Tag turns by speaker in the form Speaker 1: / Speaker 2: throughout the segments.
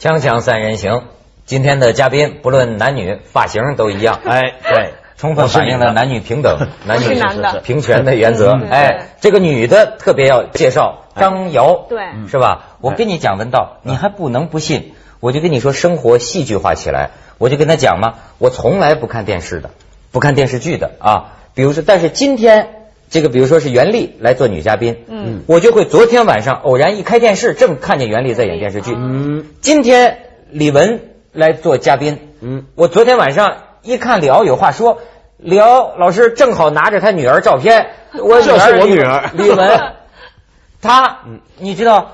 Speaker 1: 锵锵三人行，今天的嘉宾不论男女，发型都一 样，
Speaker 2: 哎，对，
Speaker 1: 充分反映了男女平等、男
Speaker 3: 我是
Speaker 1: 女
Speaker 3: 男的
Speaker 1: 平权的原则
Speaker 3: 嗯。对
Speaker 1: 哎，这个女的特别要介绍张瑶，
Speaker 3: 对
Speaker 1: 是吧？我跟你讲文道，你还不能不信，我就跟你说生活戏剧化起来，我就跟他讲嘛，我从来不看电视的，不看电视剧的啊。比如说，但是今天这个，比如说是袁丽来做女嘉宾，
Speaker 3: 嗯，
Speaker 1: 我就会昨天晚上偶然一开电视，正看见袁丽在演电视剧，
Speaker 2: 嗯
Speaker 1: 今天李玟来做嘉宾，
Speaker 2: 嗯，
Speaker 1: 我昨天晚上一看李敖有话说，李敖老师正好拿着他女儿照片，我女儿
Speaker 2: 就是我女儿嗯
Speaker 1: 李玟，她，你知道，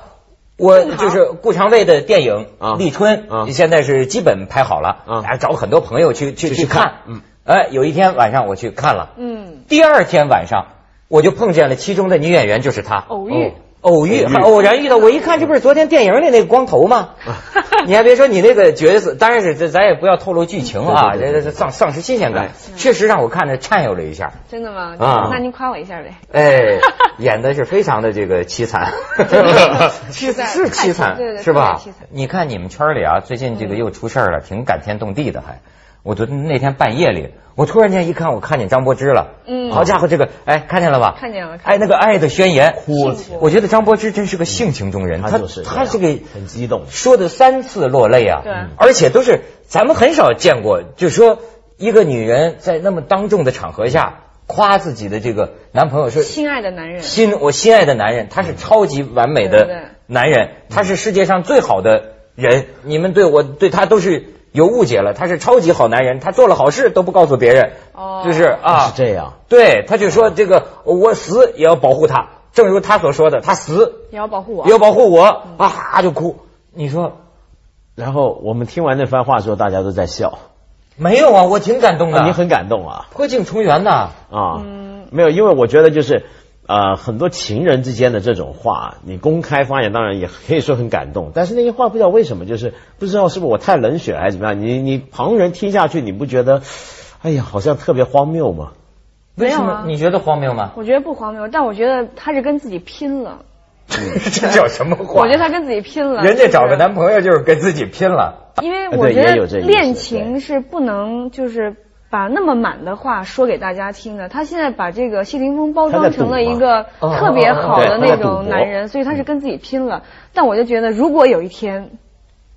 Speaker 1: 我就是顾长卫的电影
Speaker 2: 啊
Speaker 1: 《立春》
Speaker 2: 啊
Speaker 1: 现在是基本拍好了，
Speaker 2: 啊
Speaker 1: 大家找很多朋友去去
Speaker 2: 去
Speaker 1: 去
Speaker 2: 去看
Speaker 1: 看，
Speaker 2: 嗯，
Speaker 1: 哎，有一天晚上我去看了，
Speaker 3: 嗯，
Speaker 1: 第二天晚上我就碰见了其中的女演员，就是她，
Speaker 3: 偶遇
Speaker 2: 哦，
Speaker 1: 偶遇，
Speaker 2: 偶遇
Speaker 1: 还偶然遇到，我一看，这不是昨天电影里那个光头 吗？
Speaker 2: 嗯
Speaker 1: 你还别说，你那个角色，当然是这咱也不要透露剧情啊，
Speaker 2: 对对
Speaker 1: 这
Speaker 2: 对
Speaker 1: 这这丧丧失新鲜感
Speaker 2: 哎，
Speaker 1: 确实让我看着颤悠了一下。
Speaker 3: 真的吗？
Speaker 1: 啊
Speaker 3: 那您夸我一下呗。
Speaker 1: 哎，演的是非常的这个凄惨，
Speaker 3: 实在
Speaker 1: 是凄
Speaker 3: 太对对
Speaker 1: 惨，
Speaker 3: 对
Speaker 1: 是吧
Speaker 3: 太凄惨？
Speaker 1: 你看你们圈里啊，最近这个又出事儿了，挺感天动地的还。我昨天那天半夜里，我突然间一看，我看见张柏芝了。
Speaker 3: 嗯
Speaker 1: 好家伙，这个哎，看见了吧？
Speaker 3: 看见了看
Speaker 1: 哎，那
Speaker 3: 见了
Speaker 1: 个《爱的宣言》，
Speaker 2: 我
Speaker 3: 幸福
Speaker 1: 我觉得张柏芝真是个性情中人，
Speaker 2: 他就是
Speaker 1: 他这
Speaker 2: 这个
Speaker 1: 个
Speaker 2: 很激动
Speaker 1: 说的三次落泪啊，
Speaker 3: 对
Speaker 1: 而且都是咱们很少见过，就说一个女人在那么当众的场合下夸自己的这个男朋友说。
Speaker 3: 亲爱的男人，
Speaker 1: 心我心爱的男人，他是超级完美
Speaker 3: 嗯对对
Speaker 1: 的男人，他是世界上最好的人。你们对我对他都是有误解了，他是超级好男人，他做了好事都不告诉别人，
Speaker 3: 哦
Speaker 1: 就是啊
Speaker 2: 是，这样，
Speaker 1: 对，他就说这个我死也要保护他，正如他所说的，他死
Speaker 3: 也要保护我
Speaker 1: 也。要保护我啊，就哭。你说
Speaker 2: 然后我们听完那番话之后，大家都在笑，
Speaker 1: 没有啊？我挺感动的，
Speaker 2: 啊你很感动啊
Speaker 1: 破镜重圆呐。
Speaker 2: 啊，
Speaker 3: 嗯
Speaker 2: 没有，因为我觉得就是。呃，很多情人之间的这种话，你公开发言，当然也可以说很感动。但是那些话不知道为什么，就是不知道是不是我太冷血还是怎么样。你你旁人听下去，你不觉得，哎呀，好像特别荒谬吗？
Speaker 1: 为什
Speaker 3: 没有
Speaker 1: 么
Speaker 3: 啊
Speaker 1: 你觉得荒谬吗？
Speaker 3: 我觉得不荒谬，但我觉得他是跟自己拼了。
Speaker 1: 嗯这叫什么话
Speaker 3: 我觉得他跟自己拼 了。
Speaker 1: 人家找个
Speaker 3: 就是
Speaker 1: 男朋友就是跟自己拼了。
Speaker 3: 因为
Speaker 2: 啊对
Speaker 3: 我觉
Speaker 2: 也
Speaker 3: 得
Speaker 2: 有这意思
Speaker 3: 恋情是不能就是把那么满的话说给大家听的。他现在把这个谢霆锋包装成了一个
Speaker 1: 他在赌嘛
Speaker 3: 特别好的那种男
Speaker 2: 哦哦哦哦对他在赌
Speaker 3: 人，
Speaker 2: 博
Speaker 3: 所以他是跟自己拼了。但我就觉得，如果有一天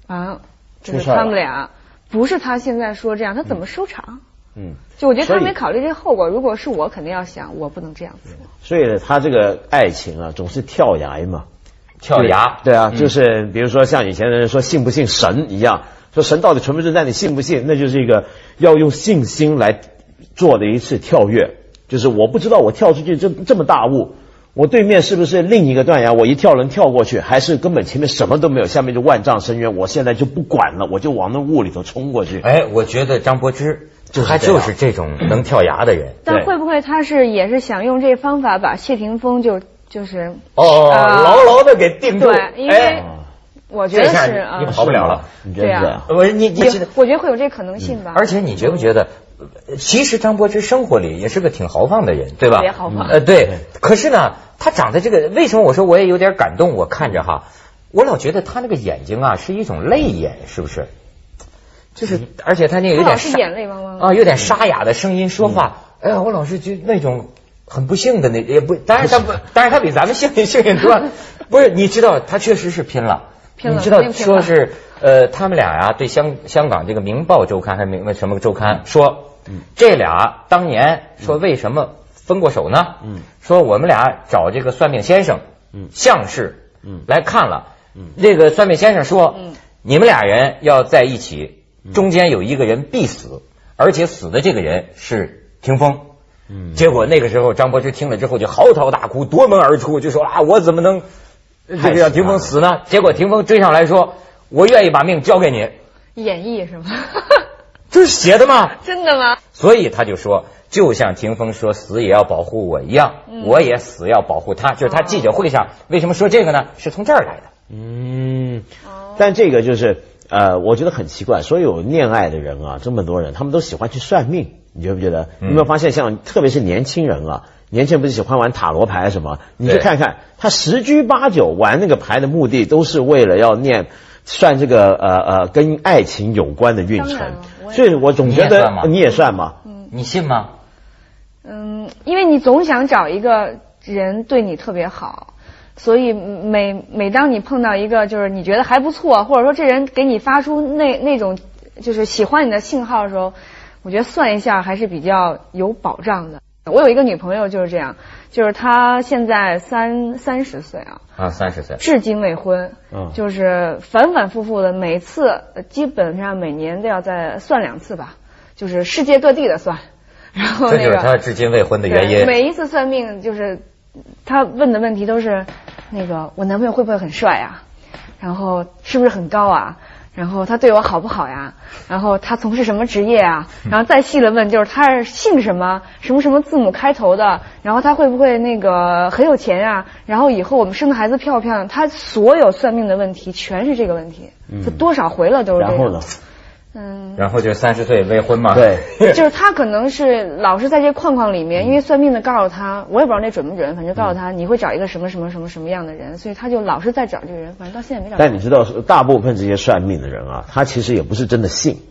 Speaker 3: 啊，就
Speaker 2: 出
Speaker 3: 是
Speaker 2: 事儿了
Speaker 3: 他们俩不是他现在说这样，他怎么收场？
Speaker 2: 嗯，
Speaker 3: 就我觉得
Speaker 2: 所
Speaker 3: 他
Speaker 2: 以
Speaker 3: 没考虑这个后果。如果是我，肯定要想，我不能这样子。
Speaker 2: 所以他这个爱情啊，总是跳崖嘛。
Speaker 1: 跳崖，
Speaker 2: 对啊，
Speaker 1: 嗯
Speaker 2: 就是比如说像以前的人说信不信神一样，说神到底存不存在，你信不信，那就是一个要用信心来做的一次跳跃。就是我不知道我跳出去这这么大雾，我对面是不是另一个断崖，我一跳能跳过去，还是根本前面什么都没有，下面就万丈深渊，我现在就不管了，我就往那雾里头冲过去。
Speaker 1: 哎，我觉得张柏芝
Speaker 2: 就是
Speaker 1: 她
Speaker 2: 这
Speaker 1: 就
Speaker 2: 样
Speaker 1: 是这嗯种能跳崖的人。
Speaker 3: 但
Speaker 2: 对
Speaker 3: 会不会他是也是想用这方法把谢霆锋就就是
Speaker 1: 哦，
Speaker 3: 啊
Speaker 1: 牢牢的给定住。
Speaker 3: 对因为
Speaker 1: 哎
Speaker 3: 我觉
Speaker 1: 这
Speaker 3: 得
Speaker 1: 下
Speaker 3: 是啊
Speaker 1: 你你。跑不了了。
Speaker 2: 你觉得这
Speaker 3: 对
Speaker 2: 样
Speaker 3: 啊？
Speaker 1: 我你你
Speaker 3: 我觉得我觉得会有这可能性吧。
Speaker 1: 而且你觉不觉得，呃其实张柏芝生活里也是个挺豪放的人，对吧？
Speaker 3: 特别豪放
Speaker 1: 呃，对。可是呢，她长得这个，为什么我说我也有点感动？我看着哈，我老觉得她那个眼睛啊是一种泪眼，是不是？就是，而且她那个有
Speaker 3: 他老
Speaker 1: 点
Speaker 3: 是
Speaker 1: 沙
Speaker 3: 眼泪汪汪的
Speaker 1: 啊，有点沙哑的声音说话。哎呀，我老是就那种。很不幸的那也不，当然她不，当然她比咱们幸运幸运多 了。不是，你知道她确实是拼了，
Speaker 3: 拼了
Speaker 1: 你知道
Speaker 3: 肯定拼
Speaker 1: 说
Speaker 3: 了
Speaker 1: 是。是呃，他们俩呀、对香香港这个《明报周刊》还是《明什么周刊》说，这俩当年说为什么分过手呢？
Speaker 2: 嗯
Speaker 1: 说我们俩找这个算命先生，
Speaker 2: 嗯
Speaker 1: 相氏，
Speaker 2: 嗯
Speaker 1: 来看了，
Speaker 2: 嗯
Speaker 1: 这个算命先生说，
Speaker 3: 嗯
Speaker 1: 你们俩人要在一起，
Speaker 2: 嗯
Speaker 1: 中间有一个人必死，而且死的这个人是霆锋。
Speaker 2: 嗯
Speaker 1: 结果那个时候，张柏芝听了之后就嚎啕大哭，夺门而出，就说啊，我怎么能这
Speaker 2: 害
Speaker 1: 个
Speaker 2: 死
Speaker 1: 让霆锋死呢？结果霆锋追上来说，我愿意把命交给你，
Speaker 3: 演绎是吗？
Speaker 1: 这是写的嘛。
Speaker 3: 真的吗？
Speaker 1: 所以他就说，就像霆锋说死也要保护我一样，
Speaker 3: 嗯哦
Speaker 1: 我也死要保护他。就是他记者会上为什么说这个呢？是从这儿来的。
Speaker 2: 嗯
Speaker 3: 哦，
Speaker 2: 但这个就是呃，我觉得很奇怪，所有恋爱的人啊，这么多人，他们都喜欢去算命，你觉不觉得？
Speaker 1: 嗯
Speaker 2: 你有没有发现像，特别是年轻人啊，年轻人不是喜欢玩塔罗牌什么？你去
Speaker 1: 对
Speaker 2: 看看，他十居八九玩那个牌的目的都是为了要念算这个呃呃跟爱情有关的运
Speaker 3: 当然
Speaker 2: 程
Speaker 3: 了我，也
Speaker 2: 所以我总觉
Speaker 1: 你也算吗
Speaker 2: 得你也算嘛，
Speaker 1: 你信吗？
Speaker 3: 嗯，因为你总想找一个人对你特别好，所以每每当你碰到一个就是你觉得还不错，或者说这人给你发出那那种就是喜欢你的信号的时候，我觉得算一下还是比较有保障的。我有一个女朋友就是这样，就是她现在三三十岁啊，
Speaker 1: 啊，三十岁，
Speaker 3: 至今未婚，
Speaker 2: 嗯
Speaker 3: 就是反反复复的，每次呃基本上每年都要再算两次吧，就是世界各地的算，然后
Speaker 1: 这
Speaker 3: 哦那
Speaker 1: 就是
Speaker 3: 个
Speaker 1: 他至今未婚的原
Speaker 3: 对
Speaker 1: 因。
Speaker 3: 每一次算命就是他问的问题都是那个我男朋友会不会很帅啊，然后是不是很高啊，然后他对我好不好呀，然后他从事什么职业啊，然后再细的问就是他是姓什么什么什么字母开头的，然后他会不会那个很有钱啊，然后以后我们生的孩子漂不漂亮，他所有算命的问题全是这个问题，他多少回了都是这
Speaker 2: 然
Speaker 3: 个。
Speaker 2: 后呢？
Speaker 3: 嗯。
Speaker 1: 然后就三十岁未婚嘛。
Speaker 2: 对，
Speaker 3: 就是他可能是老是在这框框里
Speaker 2: 嗯
Speaker 3: 面，因为算命的告诉他，我也不知道那准不准，反正告诉他你会找一个什么什么什么什么样的人，所以他就老是在找这个人，反正到现在也没找。
Speaker 2: 但你知道，大部分这些算命的人啊，他其实也不是真的信，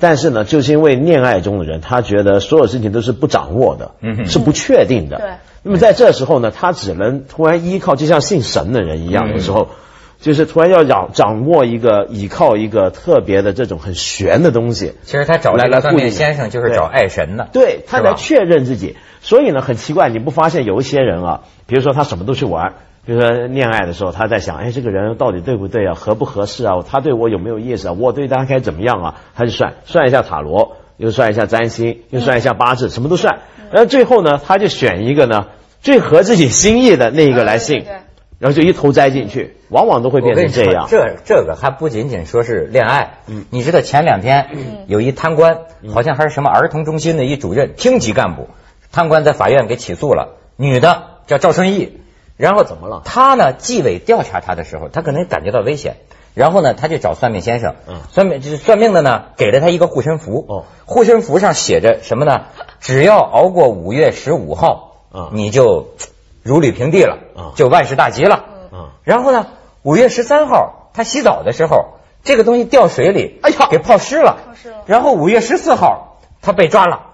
Speaker 2: 但是呢，就是因为恋爱中的人，他觉得所有事情都是不掌握的，
Speaker 1: 嗯哼
Speaker 2: 是不确定的。
Speaker 3: 对
Speaker 2: 那么在这时候呢，他只能突然依靠，就像信神的人一样的时候。
Speaker 1: 嗯
Speaker 2: 就是突然要掌掌握一个依靠一个特别的这种很玄的东西，
Speaker 1: 其实他找这
Speaker 2: 来来
Speaker 1: 个算
Speaker 2: 护
Speaker 1: 命
Speaker 2: 你
Speaker 1: 先生就是
Speaker 2: 对
Speaker 1: 找爱神的。
Speaker 2: 对他
Speaker 1: 是吧
Speaker 2: 来确认自己。所以呢，很奇怪，你不发现有一些人啊，比如说他什么都去玩，比如说恋爱的时候，他在想，哎，这个人到底对不对啊，合不合适啊，他对我有没有意思啊，我对他该怎么样啊？他就算算一下塔罗，又算一下占星，又算一下八
Speaker 3: 嗯
Speaker 2: 字，什么都算。然后最后呢，他就选一个呢最合自己心意的那一个来信，
Speaker 3: 对对对
Speaker 2: 然后就一头栽进去，往往都会
Speaker 1: 我
Speaker 2: 变
Speaker 1: 跟
Speaker 2: 成
Speaker 1: 你
Speaker 2: 这
Speaker 1: 说，
Speaker 2: 样。嗯
Speaker 1: 这这个还不仅仅说是恋爱，你知道前两天有一贪官，好像还是什么儿童中心的一主任厅级干部，贪官在法院给起诉了，女的叫赵顺义，然后
Speaker 2: 怎么了
Speaker 1: 他呢，纪委调查他的时候，他可能感觉到危险，然后呢，他就找算命先生
Speaker 2: 嗯，
Speaker 1: 算命就是算命的呢，给了他一个护身符，
Speaker 2: 哦
Speaker 1: 护身符上写着什么呢？只要熬过五月十五号
Speaker 2: 嗯，
Speaker 1: 你就如履平地了
Speaker 2: 嗯，
Speaker 1: 就万事大吉了。
Speaker 2: 嗯，
Speaker 1: 然后呢，五月十三号他洗澡的时候，这个东西掉水里，
Speaker 2: 哎呀
Speaker 1: 给泡湿了。
Speaker 3: 泡湿了
Speaker 1: 然后五月十四号他被抓了，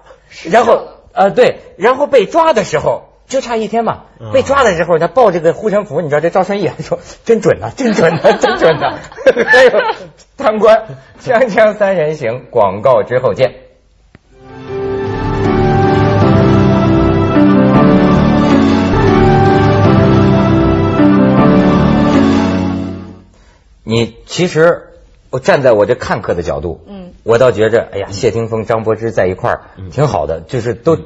Speaker 1: 然后呃对，然后被抓的时候。就差一天嘛，
Speaker 2: 嗯
Speaker 1: 被抓的时候他抱这个护身符，你知道这赵春义还说真准呐、真准呐、真准呐、 还有贪官，锵锵三人行，广告之后见。你其实我站在我这看客的角度，
Speaker 3: 嗯，
Speaker 1: 我倒觉着，哎呀，谢霆锋、张柏芝在一块儿
Speaker 2: 嗯
Speaker 1: 挺好的，就是都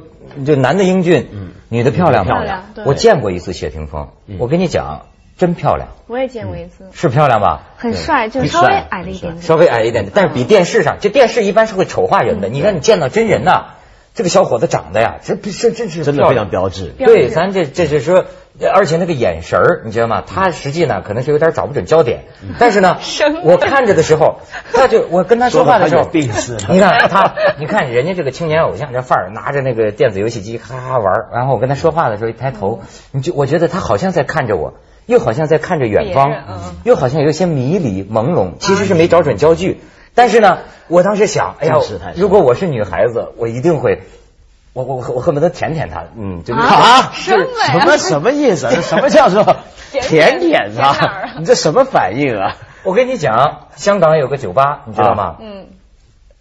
Speaker 1: 就男的英俊，女的漂亮嘛
Speaker 2: 漂
Speaker 3: 亮对
Speaker 1: 我见过一次谢霆锋，
Speaker 2: 嗯
Speaker 1: 我跟你讲，真漂亮，
Speaker 3: 我也见过一次，
Speaker 1: 是漂亮吧？嗯
Speaker 3: 很帅，就是
Speaker 2: 很
Speaker 3: 稍微
Speaker 2: 帅
Speaker 3: 矮了一点点。
Speaker 1: 稍微矮一点，但是比电视上，这电视一般是会丑化
Speaker 2: 嗯
Speaker 1: 人的。你看你见到真人呐、这个小伙子长得呀，这这真是
Speaker 2: 真的
Speaker 1: 漂
Speaker 2: 非
Speaker 1: 亮
Speaker 2: 常标志。
Speaker 3: 标
Speaker 1: 对，
Speaker 3: 志
Speaker 1: 咱这这是说，呃而且那个眼神儿，你知道吗？他实际呢，可能是有点找不准焦点，但是呢
Speaker 3: 嗯 生的，
Speaker 1: 我看着的时 候，他就我跟他说话的时候，
Speaker 2: 说得他有病似 的
Speaker 1: 你看他，你看人家这个青年偶像这范儿，拿着那个电子游戏机哈哈玩儿，然后我跟他说话的时候一抬头，
Speaker 3: 嗯
Speaker 1: 你就我觉得他好像在看着我。又好像在看着远方
Speaker 3: 别人嗯，哎
Speaker 1: 又好像有些迷离朦胧，其实是没找准焦距。但是呢，我当时想，哎呀
Speaker 2: 真是太，帅
Speaker 1: 如果我是女孩子，我一定会，我我我恨不得舔舔他，嗯，就
Speaker 2: 啊，
Speaker 3: 生了呀
Speaker 2: 什么什么意思？啊？这什么叫做
Speaker 3: 舔
Speaker 2: 舔
Speaker 3: 舔
Speaker 2: 舔
Speaker 3: 舔哪儿啊
Speaker 2: 啊？ 你这什么反应啊？
Speaker 1: 我跟你讲，香港有个酒吧，你知道吗？
Speaker 3: 嗯，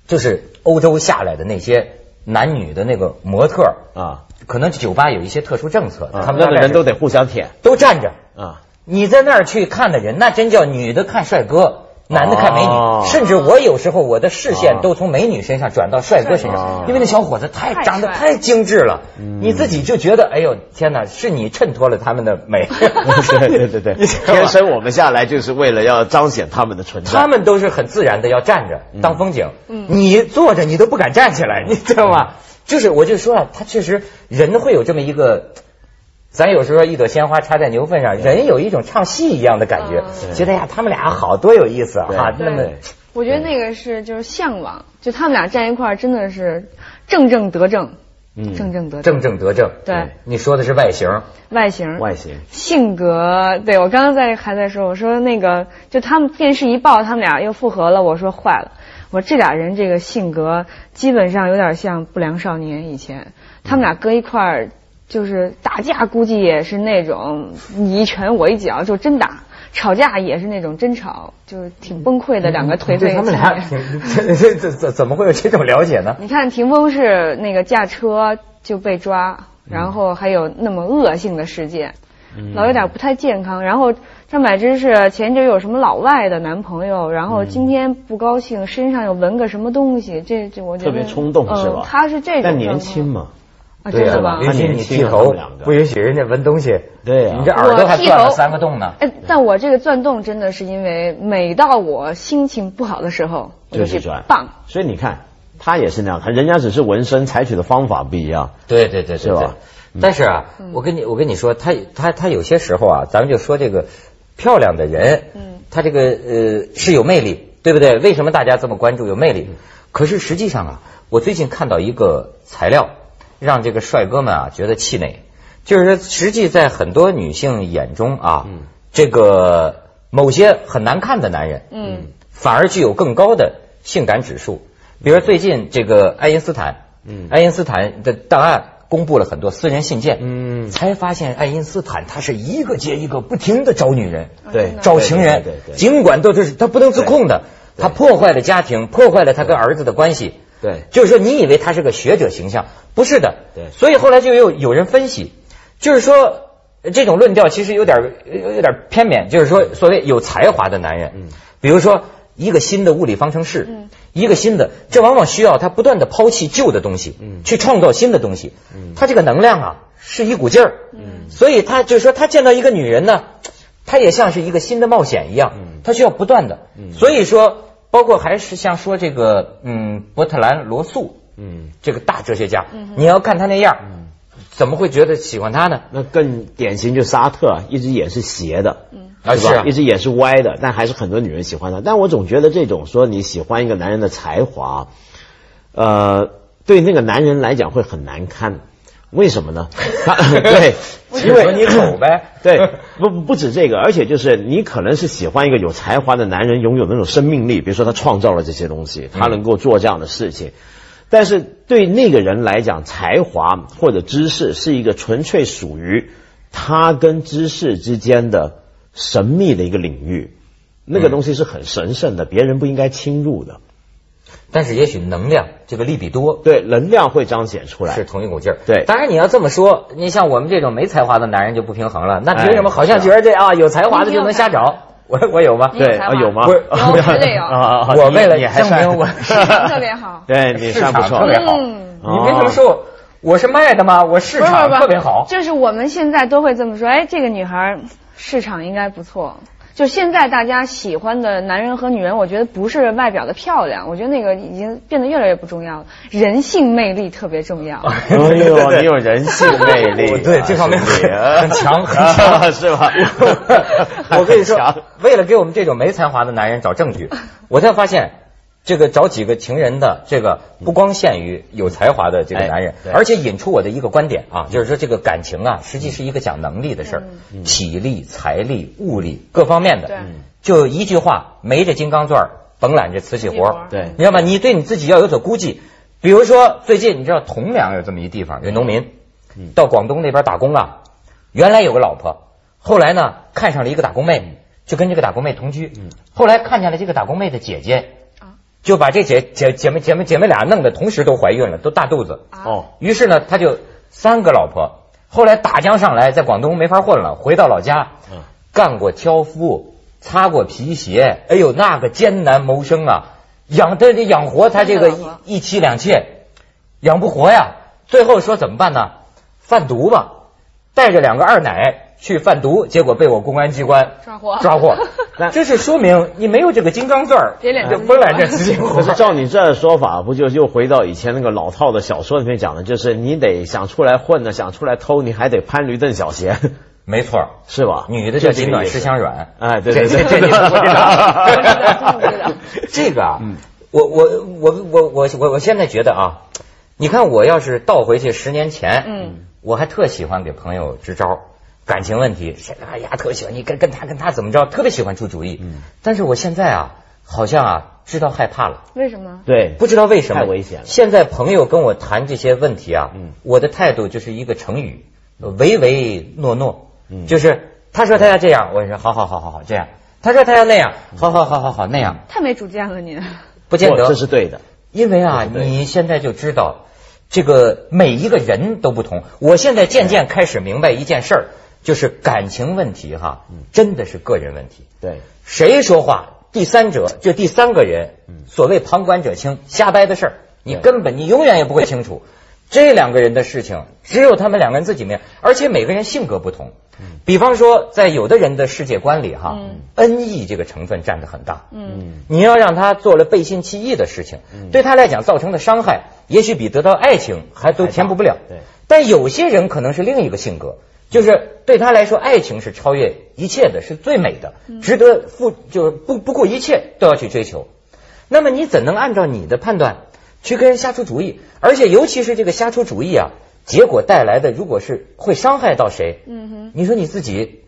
Speaker 1: 就是欧洲下来的那些男女的那个模特儿，
Speaker 2: 啊，
Speaker 1: 可能酒吧有一些特殊政策，
Speaker 2: 啊
Speaker 1: 他们
Speaker 2: 那
Speaker 1: 大
Speaker 2: 个
Speaker 1: 概
Speaker 2: 人
Speaker 1: 是
Speaker 2: 都得互相舔
Speaker 1: 都站着。
Speaker 2: 啊。
Speaker 1: 你在那儿去看的人，那真叫女的看帅哥，男的看美女。
Speaker 2: 哦
Speaker 1: 甚至我有时候我的视线
Speaker 2: 哦
Speaker 1: 都从美女身上转到帅哥身
Speaker 2: 帅哥身
Speaker 1: 上，
Speaker 2: 上
Speaker 1: 因为那小伙子太
Speaker 3: 太
Speaker 1: 长得
Speaker 3: 帅
Speaker 1: 太精致了，
Speaker 2: 嗯
Speaker 1: 你自己就觉得哎呦天哪，是你衬托了他们的 美。
Speaker 2: 对对对 对，
Speaker 1: 你知道吗
Speaker 2: 天生我们下来就是为了要彰显他们的存
Speaker 1: 他
Speaker 2: 在。
Speaker 1: 们都是很自然的要站着
Speaker 2: 嗯
Speaker 1: 当风景，
Speaker 3: 嗯
Speaker 1: 你坐着你都不敢站起来，你知道吗？就是我就说啊，他确实人会有这么一个。咱有时候一朵鲜花插在牛粪上，人有一种唱戏一样的感觉，
Speaker 2: 啊对
Speaker 1: 觉得呀，他们俩好多有意思啊！
Speaker 2: 对
Speaker 1: 哈
Speaker 3: 对
Speaker 1: 那么
Speaker 3: 我觉得那个是就是向往，就他们俩站一块儿真的是正正得正，
Speaker 2: 嗯
Speaker 3: 正正得
Speaker 1: 正正得正。
Speaker 3: 对
Speaker 1: 你说的是外形，
Speaker 3: 外形
Speaker 2: 外形，
Speaker 3: 性格，对我刚刚在还在说，我说那个就他们电视一报，他们俩又复合了，我说坏了，我说这俩人这个性格基本上有点像不良少年以前，他们俩搁一块儿就是打架，估计也是那种你一拳我一脚就真打，吵架也是那种真吵，就是挺崩溃的两个
Speaker 1: 嗯
Speaker 3: 颓废
Speaker 1: 对他
Speaker 3: 青
Speaker 1: 们
Speaker 3: 年。
Speaker 1: 俩挺这这这 怎怎么会有这种了解呢？
Speaker 3: 你看霆锋是那个驾车就被抓，然后还有那么恶性的事件，老有点不太健康。然后张柏芝是前一阵有什么老外的男朋友，然后今天不高兴，身上又纹个什么东西，这这我觉得
Speaker 2: 特别冲动是吧
Speaker 3: 嗯，他是这种
Speaker 2: 但
Speaker 3: 状况
Speaker 2: 年轻嘛，
Speaker 3: 啊，真的吗
Speaker 2: 对
Speaker 1: 允
Speaker 2: 啊？
Speaker 1: 许你剃
Speaker 2: 他们
Speaker 1: 头
Speaker 2: 两，个
Speaker 1: 不允许人家闻东西。
Speaker 2: 对啊
Speaker 1: 你这耳朵还
Speaker 3: 我剃
Speaker 1: 钻了
Speaker 3: 头
Speaker 1: 三个洞呢。
Speaker 3: 哎，但我这个钻洞真的是因为每到我心情不好的时候，我
Speaker 2: 就
Speaker 3: 就是去
Speaker 2: 转
Speaker 3: 棒。
Speaker 2: 所以你看，他也是那样，他人家只是纹身，采取的方法不一样。
Speaker 1: 对对对
Speaker 2: 是
Speaker 1: 对
Speaker 2: 吧
Speaker 1: 对。但是啊，我跟你我跟你说，他他他有些时候啊，咱们就说这个漂亮的人，
Speaker 3: 嗯
Speaker 1: 他这个呃是有魅力，对不对？为什么大家这么关注有魅力？
Speaker 2: 嗯
Speaker 1: 可是实际上啊，我最近看到一个材料，让这个帅哥们啊觉得气馁，就是说实际在很多女性眼中啊，
Speaker 2: 嗯
Speaker 1: 这个某些很难看的男人，
Speaker 3: 嗯
Speaker 1: 反而具有更高的性感指数。比如最近这个爱因斯坦，
Speaker 2: 嗯
Speaker 1: 爱因斯坦的档案公布了很多私人信件，
Speaker 2: 嗯
Speaker 1: 才发现爱因斯坦他是一个接一个不停的找女人，
Speaker 3: 啊
Speaker 2: 对
Speaker 3: 真的
Speaker 1: 找情人
Speaker 2: 对对对，对
Speaker 1: 尽管都是他不能自控的，
Speaker 2: 对
Speaker 1: 他破坏了家庭，破坏了他跟儿子的关系。
Speaker 2: 对
Speaker 1: 就是说你以为他是个学者形象，不是的。
Speaker 2: 对
Speaker 1: 所以后来就有有人分析，就是说呃这种论调其实有点有有点偏免，就是说所谓有才华的男人，
Speaker 2: 嗯
Speaker 1: 比如说一个新的物理方程式，
Speaker 3: 嗯
Speaker 1: 一个新的，这往往需要他不断的抛弃旧的东西，
Speaker 2: 嗯
Speaker 1: 去创造新的东西，
Speaker 2: 嗯
Speaker 1: 他这个能量啊是一股劲儿，
Speaker 3: 嗯
Speaker 1: 所以他就是说他见到一个女人呢，他也像是一个新的冒险一样
Speaker 2: 嗯，
Speaker 1: 他需要不断的，
Speaker 2: 嗯
Speaker 1: 所以说包括还是像说这个嗯伯特兰罗素。
Speaker 2: 嗯，
Speaker 1: 这个大哲学家
Speaker 3: 嗯，哼
Speaker 1: 你要看他那样，怎么会觉得喜欢他呢？
Speaker 2: 那更典型就是沙特，啊一只眼是斜的，
Speaker 3: 嗯
Speaker 1: 啊
Speaker 2: 是吧？
Speaker 1: 是啊
Speaker 2: 一只眼是歪的，但还是很多女人喜欢他。但我总觉得这种说你喜欢一个男人的才华，呃，对那个男人来讲会很难堪。为什么 呢？ 他 对，
Speaker 1: 因为你 丑 呗。
Speaker 2: 对，不不不止这个，而且就是你可能是喜欢一个有才华的男人，拥有那种生命力，比如说他创造了这些东西，
Speaker 1: 嗯
Speaker 2: 他能够做这样的事情。但是对那个人来讲，才华或者知识是一个纯粹属于他跟知识之间的神秘的一个领域，那
Speaker 1: 嗯
Speaker 2: 个东西是很神圣的，别人不应该侵入的。
Speaker 1: 但是也许能量这个利比多
Speaker 2: 对，能量会彰显出
Speaker 1: 是
Speaker 2: 来。
Speaker 1: 同一股劲儿。
Speaker 2: 对
Speaker 1: 当然你要这么说，你像我们这种没才华的男人就不平衡了。那
Speaker 2: 哎
Speaker 1: 凭什么好像觉得这啊有才华的就能瞎找？我我有吗？
Speaker 3: 你有
Speaker 2: 对，
Speaker 3: 才
Speaker 2: 啊
Speaker 3: 华
Speaker 2: 有吗？
Speaker 1: 不是
Speaker 3: 有绝对有
Speaker 2: 啊
Speaker 1: 我为了
Speaker 2: 你你还
Speaker 1: 证
Speaker 2: 算
Speaker 1: 明我
Speaker 3: 特别好
Speaker 2: 对你
Speaker 1: 市
Speaker 2: 算不
Speaker 1: 场
Speaker 2: 错，
Speaker 1: 特别好。
Speaker 3: 嗯
Speaker 1: 你为什么说我我是卖的吗？我市
Speaker 3: 不是
Speaker 1: 场
Speaker 3: 不是
Speaker 1: 特别好。
Speaker 3: 就是我们现在都会这么说，哎，这个女孩儿市场应该不错。就现在大家喜欢的男人和女人，我觉得不是外表的漂亮，我觉得那个已经变得越来越不重要了，人性魅力特别重要。
Speaker 2: 哎呦，你有人性魅力啊、
Speaker 1: 我 对这方面
Speaker 2: 兄弟
Speaker 1: 很强很强？
Speaker 2: 啊是吧
Speaker 1: 我跟你说
Speaker 2: 很强，
Speaker 1: 为了给我们这种没才华的男人找证据，我才发现。这个找几个情人的，这个不光限于有才华的这个男人
Speaker 2: 哎，对
Speaker 1: 而且引出我的一个观点啊，就是说这个感情啊，实际是一个讲能力的事儿，体力、财力、物力各方面的
Speaker 3: 对。
Speaker 1: 就一句话，没这金刚钻儿，甭揽这瓷器活儿。
Speaker 2: 对
Speaker 1: 你知道吗？你对你自己要有所估计。比如说，最近你知道铜梁有这么一地方，有农民
Speaker 2: 嗯
Speaker 1: 到广东那边打工啊，原来有个老婆，后来呢看上了一个打工妹，就跟这个打工妹同居
Speaker 2: 嗯，
Speaker 1: 后来看见了这个打工妹的姐姐
Speaker 3: 啊，
Speaker 1: 就把这姐姐姐妹姐妹姐妹俩弄得同时都怀孕了，都大肚子。
Speaker 3: 啊，
Speaker 2: 哦，
Speaker 1: 于是呢，他就三个老婆。后来打江上来，在广东没法混了，回到老家，
Speaker 2: 嗯
Speaker 1: 干过挑夫，擦过皮鞋，哎呦，那个艰难谋生啊，养他得养活他这个
Speaker 3: 真的吗
Speaker 1: 一一妻两妾，养不活呀。最后说怎么办呢？贩毒吧，带着两个二奶去贩毒，结果被我公安机关
Speaker 3: 抓获
Speaker 1: 抓获
Speaker 2: 那。
Speaker 1: 这是说明你没有这个金刚钻儿，
Speaker 3: 别脸
Speaker 1: 就
Speaker 3: 真
Speaker 1: 分
Speaker 3: 金
Speaker 1: 揽这资金活
Speaker 2: 可。是照你这说法，不就又回到以前那个老套的小说里面讲的，就是你得想出来混呢，想出来偷，你还得攀驴蹬小鞋，
Speaker 1: 没错儿，
Speaker 2: 是吧？
Speaker 1: 女的叫
Speaker 2: 这
Speaker 1: 金
Speaker 2: 个
Speaker 1: 暖
Speaker 2: 意
Speaker 1: 吃
Speaker 2: 思
Speaker 1: 香软。
Speaker 2: 哎，对对对，
Speaker 1: 这这这你们不知道
Speaker 3: 不知道真的不知道
Speaker 1: 这个啊，我我我我我我我现在觉得啊，你看我要是倒回去十年前，
Speaker 3: 嗯，
Speaker 1: 我还特喜欢给朋友支招，感情问题，谁哎呀特喜欢你跟跟他跟他怎么着，特别喜欢出主意。
Speaker 2: 嗯
Speaker 1: 但是我现在啊，好像啊知道害怕了。
Speaker 3: 为什么？
Speaker 2: 对，
Speaker 1: 不知道为什么
Speaker 2: 太危险了
Speaker 1: 现在朋友跟我谈这些问题啊，
Speaker 2: 嗯
Speaker 1: 我的态度就是一个成语，呃唯唯诺诺，
Speaker 2: 嗯
Speaker 1: 就是他说他要这样，我说好好好好好这样，他说他要那样，
Speaker 2: 嗯
Speaker 1: 好好好好好那样，
Speaker 3: 太没主见了嗯您。
Speaker 1: 不见
Speaker 2: 哦这
Speaker 1: 得，
Speaker 2: 是对的。
Speaker 1: 因为啊，
Speaker 2: 这是对的
Speaker 1: 你现在就知道这个每一个人都不同。我现在渐渐开始明白一件事儿，就是感情问题哈，
Speaker 2: 嗯
Speaker 1: 真的是个人问题。
Speaker 2: 对，
Speaker 1: 谁说话，第三者就第三个人，所谓旁观者清，瞎掰的事儿，你
Speaker 2: 对
Speaker 1: 根本你永远也不会清楚。这两个人的事情，只有他们两个人自己明，而且每个人性格不同。比方说，在有的人的世界观里，哈
Speaker 3: 嗯，
Speaker 1: 恩义这个成分占得很大。
Speaker 3: 嗯
Speaker 2: 嗯，
Speaker 1: 你要让他做了背信弃义的事情，对他来讲造成的伤害，也许比得到爱情还都填补不了。
Speaker 2: 对，
Speaker 1: 但有些人可能是另一个性格，就是对他来说，爱情是超越一切的，是最美的，
Speaker 3: 嗯
Speaker 1: 值得付就是不不顾一切都要去追求。那么你怎能按照你的判断去跟人瞎出主意？而且尤其是这个瞎出主意啊，结果带来的如果是会伤害到谁，
Speaker 3: 嗯哼，
Speaker 1: 你说你自己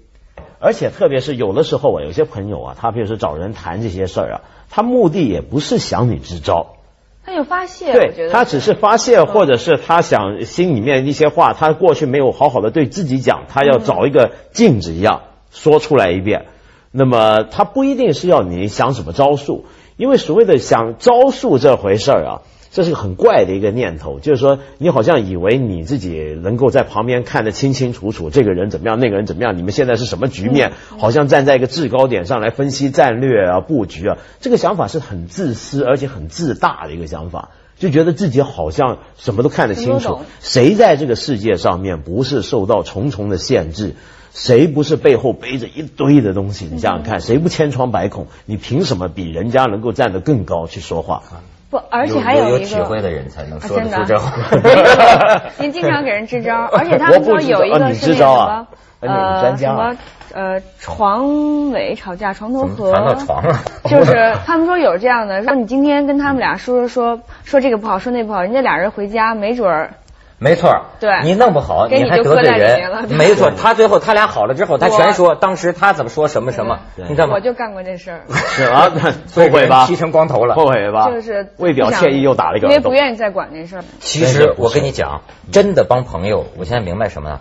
Speaker 2: 而且特别是有的时候啊，有些朋友啊，他比如说找人谈这些事儿啊，他目的也不是想你支招，
Speaker 3: 他有发泄，我觉
Speaker 2: 对
Speaker 3: 得嗯
Speaker 2: 他只是发泄，或者是他想心里面一些话，他过去没有好好的对自己讲，他
Speaker 3: 嗯
Speaker 2: 要找一个镜子一样说出来一遍。那么他不一定是要你想什么招数，因为所谓的想招数这回事儿啊，这是个很怪的一个念头，就是说你好像以为你自己能够在旁边看得清清楚楚，这个人怎么样，那个人怎么样，你们现在是什么局
Speaker 3: 嗯
Speaker 2: 面，好像站在一个制高点上来分析战略啊、布局啊，这个想法是很自私而且很自大的一个想法。就觉得自己好像什么都看得清
Speaker 3: 什么都
Speaker 2: 楚
Speaker 3: 懂，
Speaker 2: 谁在这个世界上面不是受到重重的限制？谁不是背后背着一堆的东西？你想想看，谁不千疮百孔？你凭什么比人家能够站得更高去说话？
Speaker 3: 不，而且
Speaker 1: 有
Speaker 3: 还
Speaker 1: 有
Speaker 3: 一
Speaker 1: 有
Speaker 3: 个
Speaker 1: 体会的人才能
Speaker 3: 啊
Speaker 1: 说得
Speaker 3: 真的
Speaker 1: 出这话。
Speaker 3: 您经常给人支招， 而且他们
Speaker 2: 我
Speaker 3: 说
Speaker 2: 不支招
Speaker 3: 有一
Speaker 2: 啊
Speaker 3: 个
Speaker 2: 你
Speaker 3: 是
Speaker 2: 支
Speaker 3: 那个
Speaker 2: 招
Speaker 3: 什
Speaker 2: 啊
Speaker 3: 么
Speaker 2: 啊你
Speaker 3: 呃
Speaker 2: 专家
Speaker 3: 什
Speaker 2: 啊
Speaker 3: 么呃床尾吵架床头
Speaker 1: 怎么
Speaker 3: 和，
Speaker 1: 谈到床 了？
Speaker 3: 就是他们说有这样的，说你今天跟他们俩说说说说这个不好，说那不好，人家俩人回家没准儿
Speaker 1: 没错儿，
Speaker 3: 对
Speaker 1: 你弄不好，
Speaker 3: 给
Speaker 1: 你
Speaker 3: 你
Speaker 1: 还
Speaker 3: 就
Speaker 1: 得罪
Speaker 3: 搁在里面了
Speaker 1: 人。
Speaker 3: 对
Speaker 1: 没错，他最后他俩好了之后，他
Speaker 3: 我
Speaker 1: 全说当时他怎么说什么什么，
Speaker 2: 对
Speaker 1: 你知道吗
Speaker 3: 我？就干过这事儿，
Speaker 2: 是 啊，那
Speaker 1: 所以
Speaker 2: 后悔吧？
Speaker 1: 人踢成光头了
Speaker 2: 后悔吧？
Speaker 3: 就是
Speaker 2: 啊为表歉意又打了一个
Speaker 3: 因为
Speaker 2: 耳洞
Speaker 3: 不。愿意再管这事儿。
Speaker 1: 其
Speaker 2: 真
Speaker 1: 实
Speaker 2: 的不是
Speaker 1: 我跟你讲，真的帮朋友，我现在明白什么呢？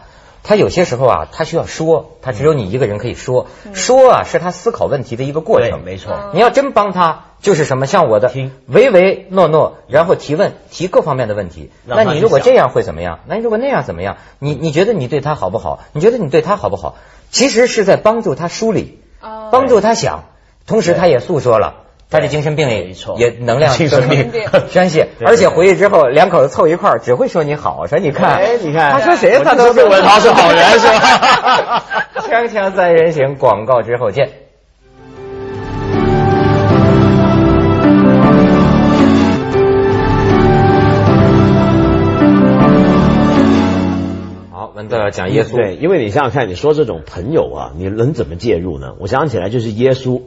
Speaker 1: 他有些时候啊，他需要说，他只有你一个人可以说。说啊，是他思考问题的一个过程。
Speaker 2: 没错
Speaker 3: 嗯
Speaker 1: 你要真帮他，就是什么像我的
Speaker 2: 听
Speaker 1: 唯唯诺诺，然后提问，提各方面的问题。
Speaker 2: 让他
Speaker 1: 那你如果
Speaker 2: 去想
Speaker 1: 这样会怎么样？那你如果那样怎么样？你你觉得你对他好不好？你觉得你对他好不好？其实是在帮助他梳理，
Speaker 2: 嗯
Speaker 3: 啊
Speaker 1: 帮助他想，同时他也诉说了。他的精神病
Speaker 2: 没
Speaker 1: 也
Speaker 2: 错
Speaker 1: 也能 量
Speaker 2: 精神病
Speaker 1: 宣泄，
Speaker 2: 对
Speaker 1: 而且回去之后两口子凑一块儿，只会说你好，说你看，
Speaker 2: 哎你看
Speaker 1: 他说谁他都
Speaker 2: 我就说窦文涛是好人 是吧？
Speaker 1: 锵锵三人行，广告之后见。好，文道要讲耶稣，
Speaker 2: 嗯对，因为你想想看，你说这种朋友啊，你能怎么介入呢？我想起来就是耶稣，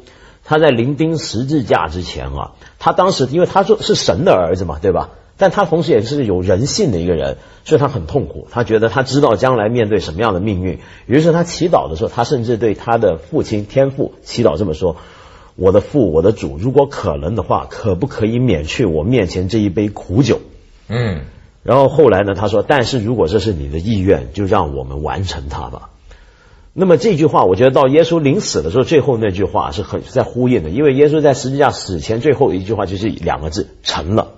Speaker 2: 他在临钉十字架之前啊，他当时因为他说是神的儿子嘛，对吧？但他同时也是有人性的一个人，所以他很痛苦。他觉得他知道将来面对什么样的命运，于是他祈祷的时候，他甚至对他的父亲天父祈祷这么说：“我的父，我的主，如果可能的话，可不可以免去我面前这一杯苦酒？”
Speaker 1: 嗯，
Speaker 2: 然后后来呢，他说：“但是如果这是你的意愿，就让我们完成它吧。”那么这句话，我觉得到耶稣临死的时候，最后那句话是很是在呼应的，因为耶稣在十字架死前最后一句话就是两个字：“成了。”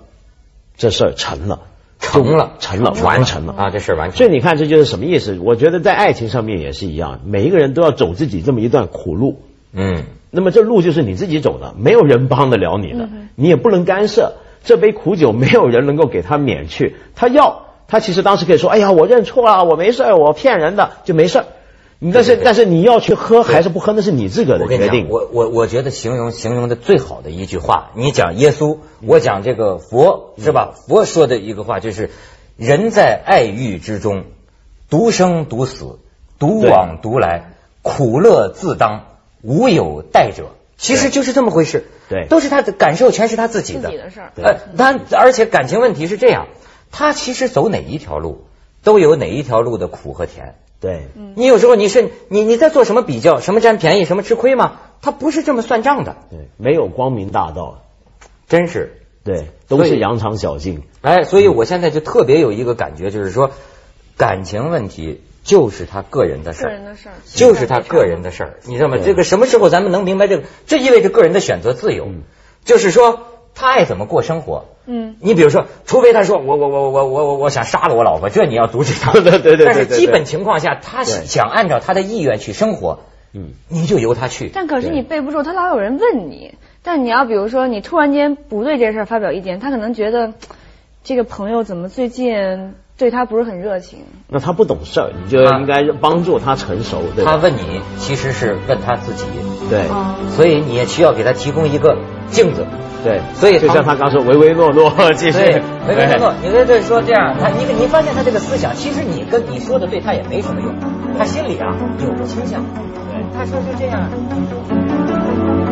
Speaker 2: 这事儿成了，
Speaker 1: 成了
Speaker 2: 成了，完成了。
Speaker 1: 啊，这事儿完全
Speaker 2: 所以你看，这就是什么意思？我觉得在爱情上面也是一样，每一个人都要走自己这么一段苦路。
Speaker 1: 嗯。
Speaker 2: 那么这路就是你自己走的，没有人帮得了你的，你也不能干涉。这杯苦酒没有人能够给他免去，他要他其实当时可以说，哎呀，我认错了，我没事儿，我骗人的，就没事儿。你但是
Speaker 1: 对对对
Speaker 2: 但是你要去喝还是不喝，那是你自个
Speaker 1: 我
Speaker 2: 的
Speaker 1: 跟你
Speaker 2: 决
Speaker 1: 讲，
Speaker 2: 定。
Speaker 1: 我我我觉得形容形容的最好的一句话，你讲耶稣，我讲这个佛，是
Speaker 2: 嗯
Speaker 1: 吧？佛说的一个话就是，人在爱欲之中，独生独死，独往独来，苦乐自当，无有代者。其实就是这么回事，
Speaker 2: 对
Speaker 1: 都是他的感受，全是他自己的，
Speaker 3: 自己的事儿
Speaker 1: 呃，他而且感情问题是这样，他其实走哪一条路，都有哪一条路的苦和甜。
Speaker 2: 对，
Speaker 1: 你有时候你是你你在做什么比较，什么占便宜，什么吃亏吗？他不是这么算账的，
Speaker 2: 对，没有光明大道，
Speaker 1: 真是。
Speaker 2: 对，都是羊肠 小径。
Speaker 1: 哎，所以我现在就特别有一个感觉，就是说，感情问题就是他个人的事
Speaker 3: 个人
Speaker 1: 儿，
Speaker 3: 的事儿，
Speaker 1: 就是他个人的事儿，你知道吗？
Speaker 2: 对
Speaker 1: 这个什么时候咱们能明白这个？这意味着个人的选择自由，
Speaker 2: 嗯
Speaker 1: 就是说他爱怎么过生活。
Speaker 3: 嗯，
Speaker 1: 你比如说，除非他说我我我我我我我想杀了我老婆，这你要阻止他。
Speaker 2: 对对对对
Speaker 1: 但是
Speaker 2: 对对
Speaker 1: 基本情况下，他
Speaker 2: 对
Speaker 1: 想按照他的意愿去生活，
Speaker 2: 嗯，
Speaker 1: 你就由他去。
Speaker 3: 但可是
Speaker 2: 对
Speaker 3: 你背不住，他老有人问你。但你要比如说，你突然间不对这事儿发表意见，他可能觉得这个朋友怎么最近对他不是很热情。
Speaker 2: 那他不懂事儿，你就应该帮助他成熟，对
Speaker 1: 他
Speaker 2: 吧？
Speaker 1: 问你，其实是问他自己，
Speaker 2: 对
Speaker 1: 所以你也需要给他提供一个镜子。
Speaker 2: 对，
Speaker 1: 所以
Speaker 2: 就像他刚说唯唯诺诺，其实
Speaker 1: 对，没没
Speaker 2: 哎
Speaker 1: 没错，你跟这说这样，他你你发现他这个思想，其实你跟你说的对他也没什么用，他心里啊有个倾向，
Speaker 2: 对
Speaker 1: 他说就这样。
Speaker 2: 对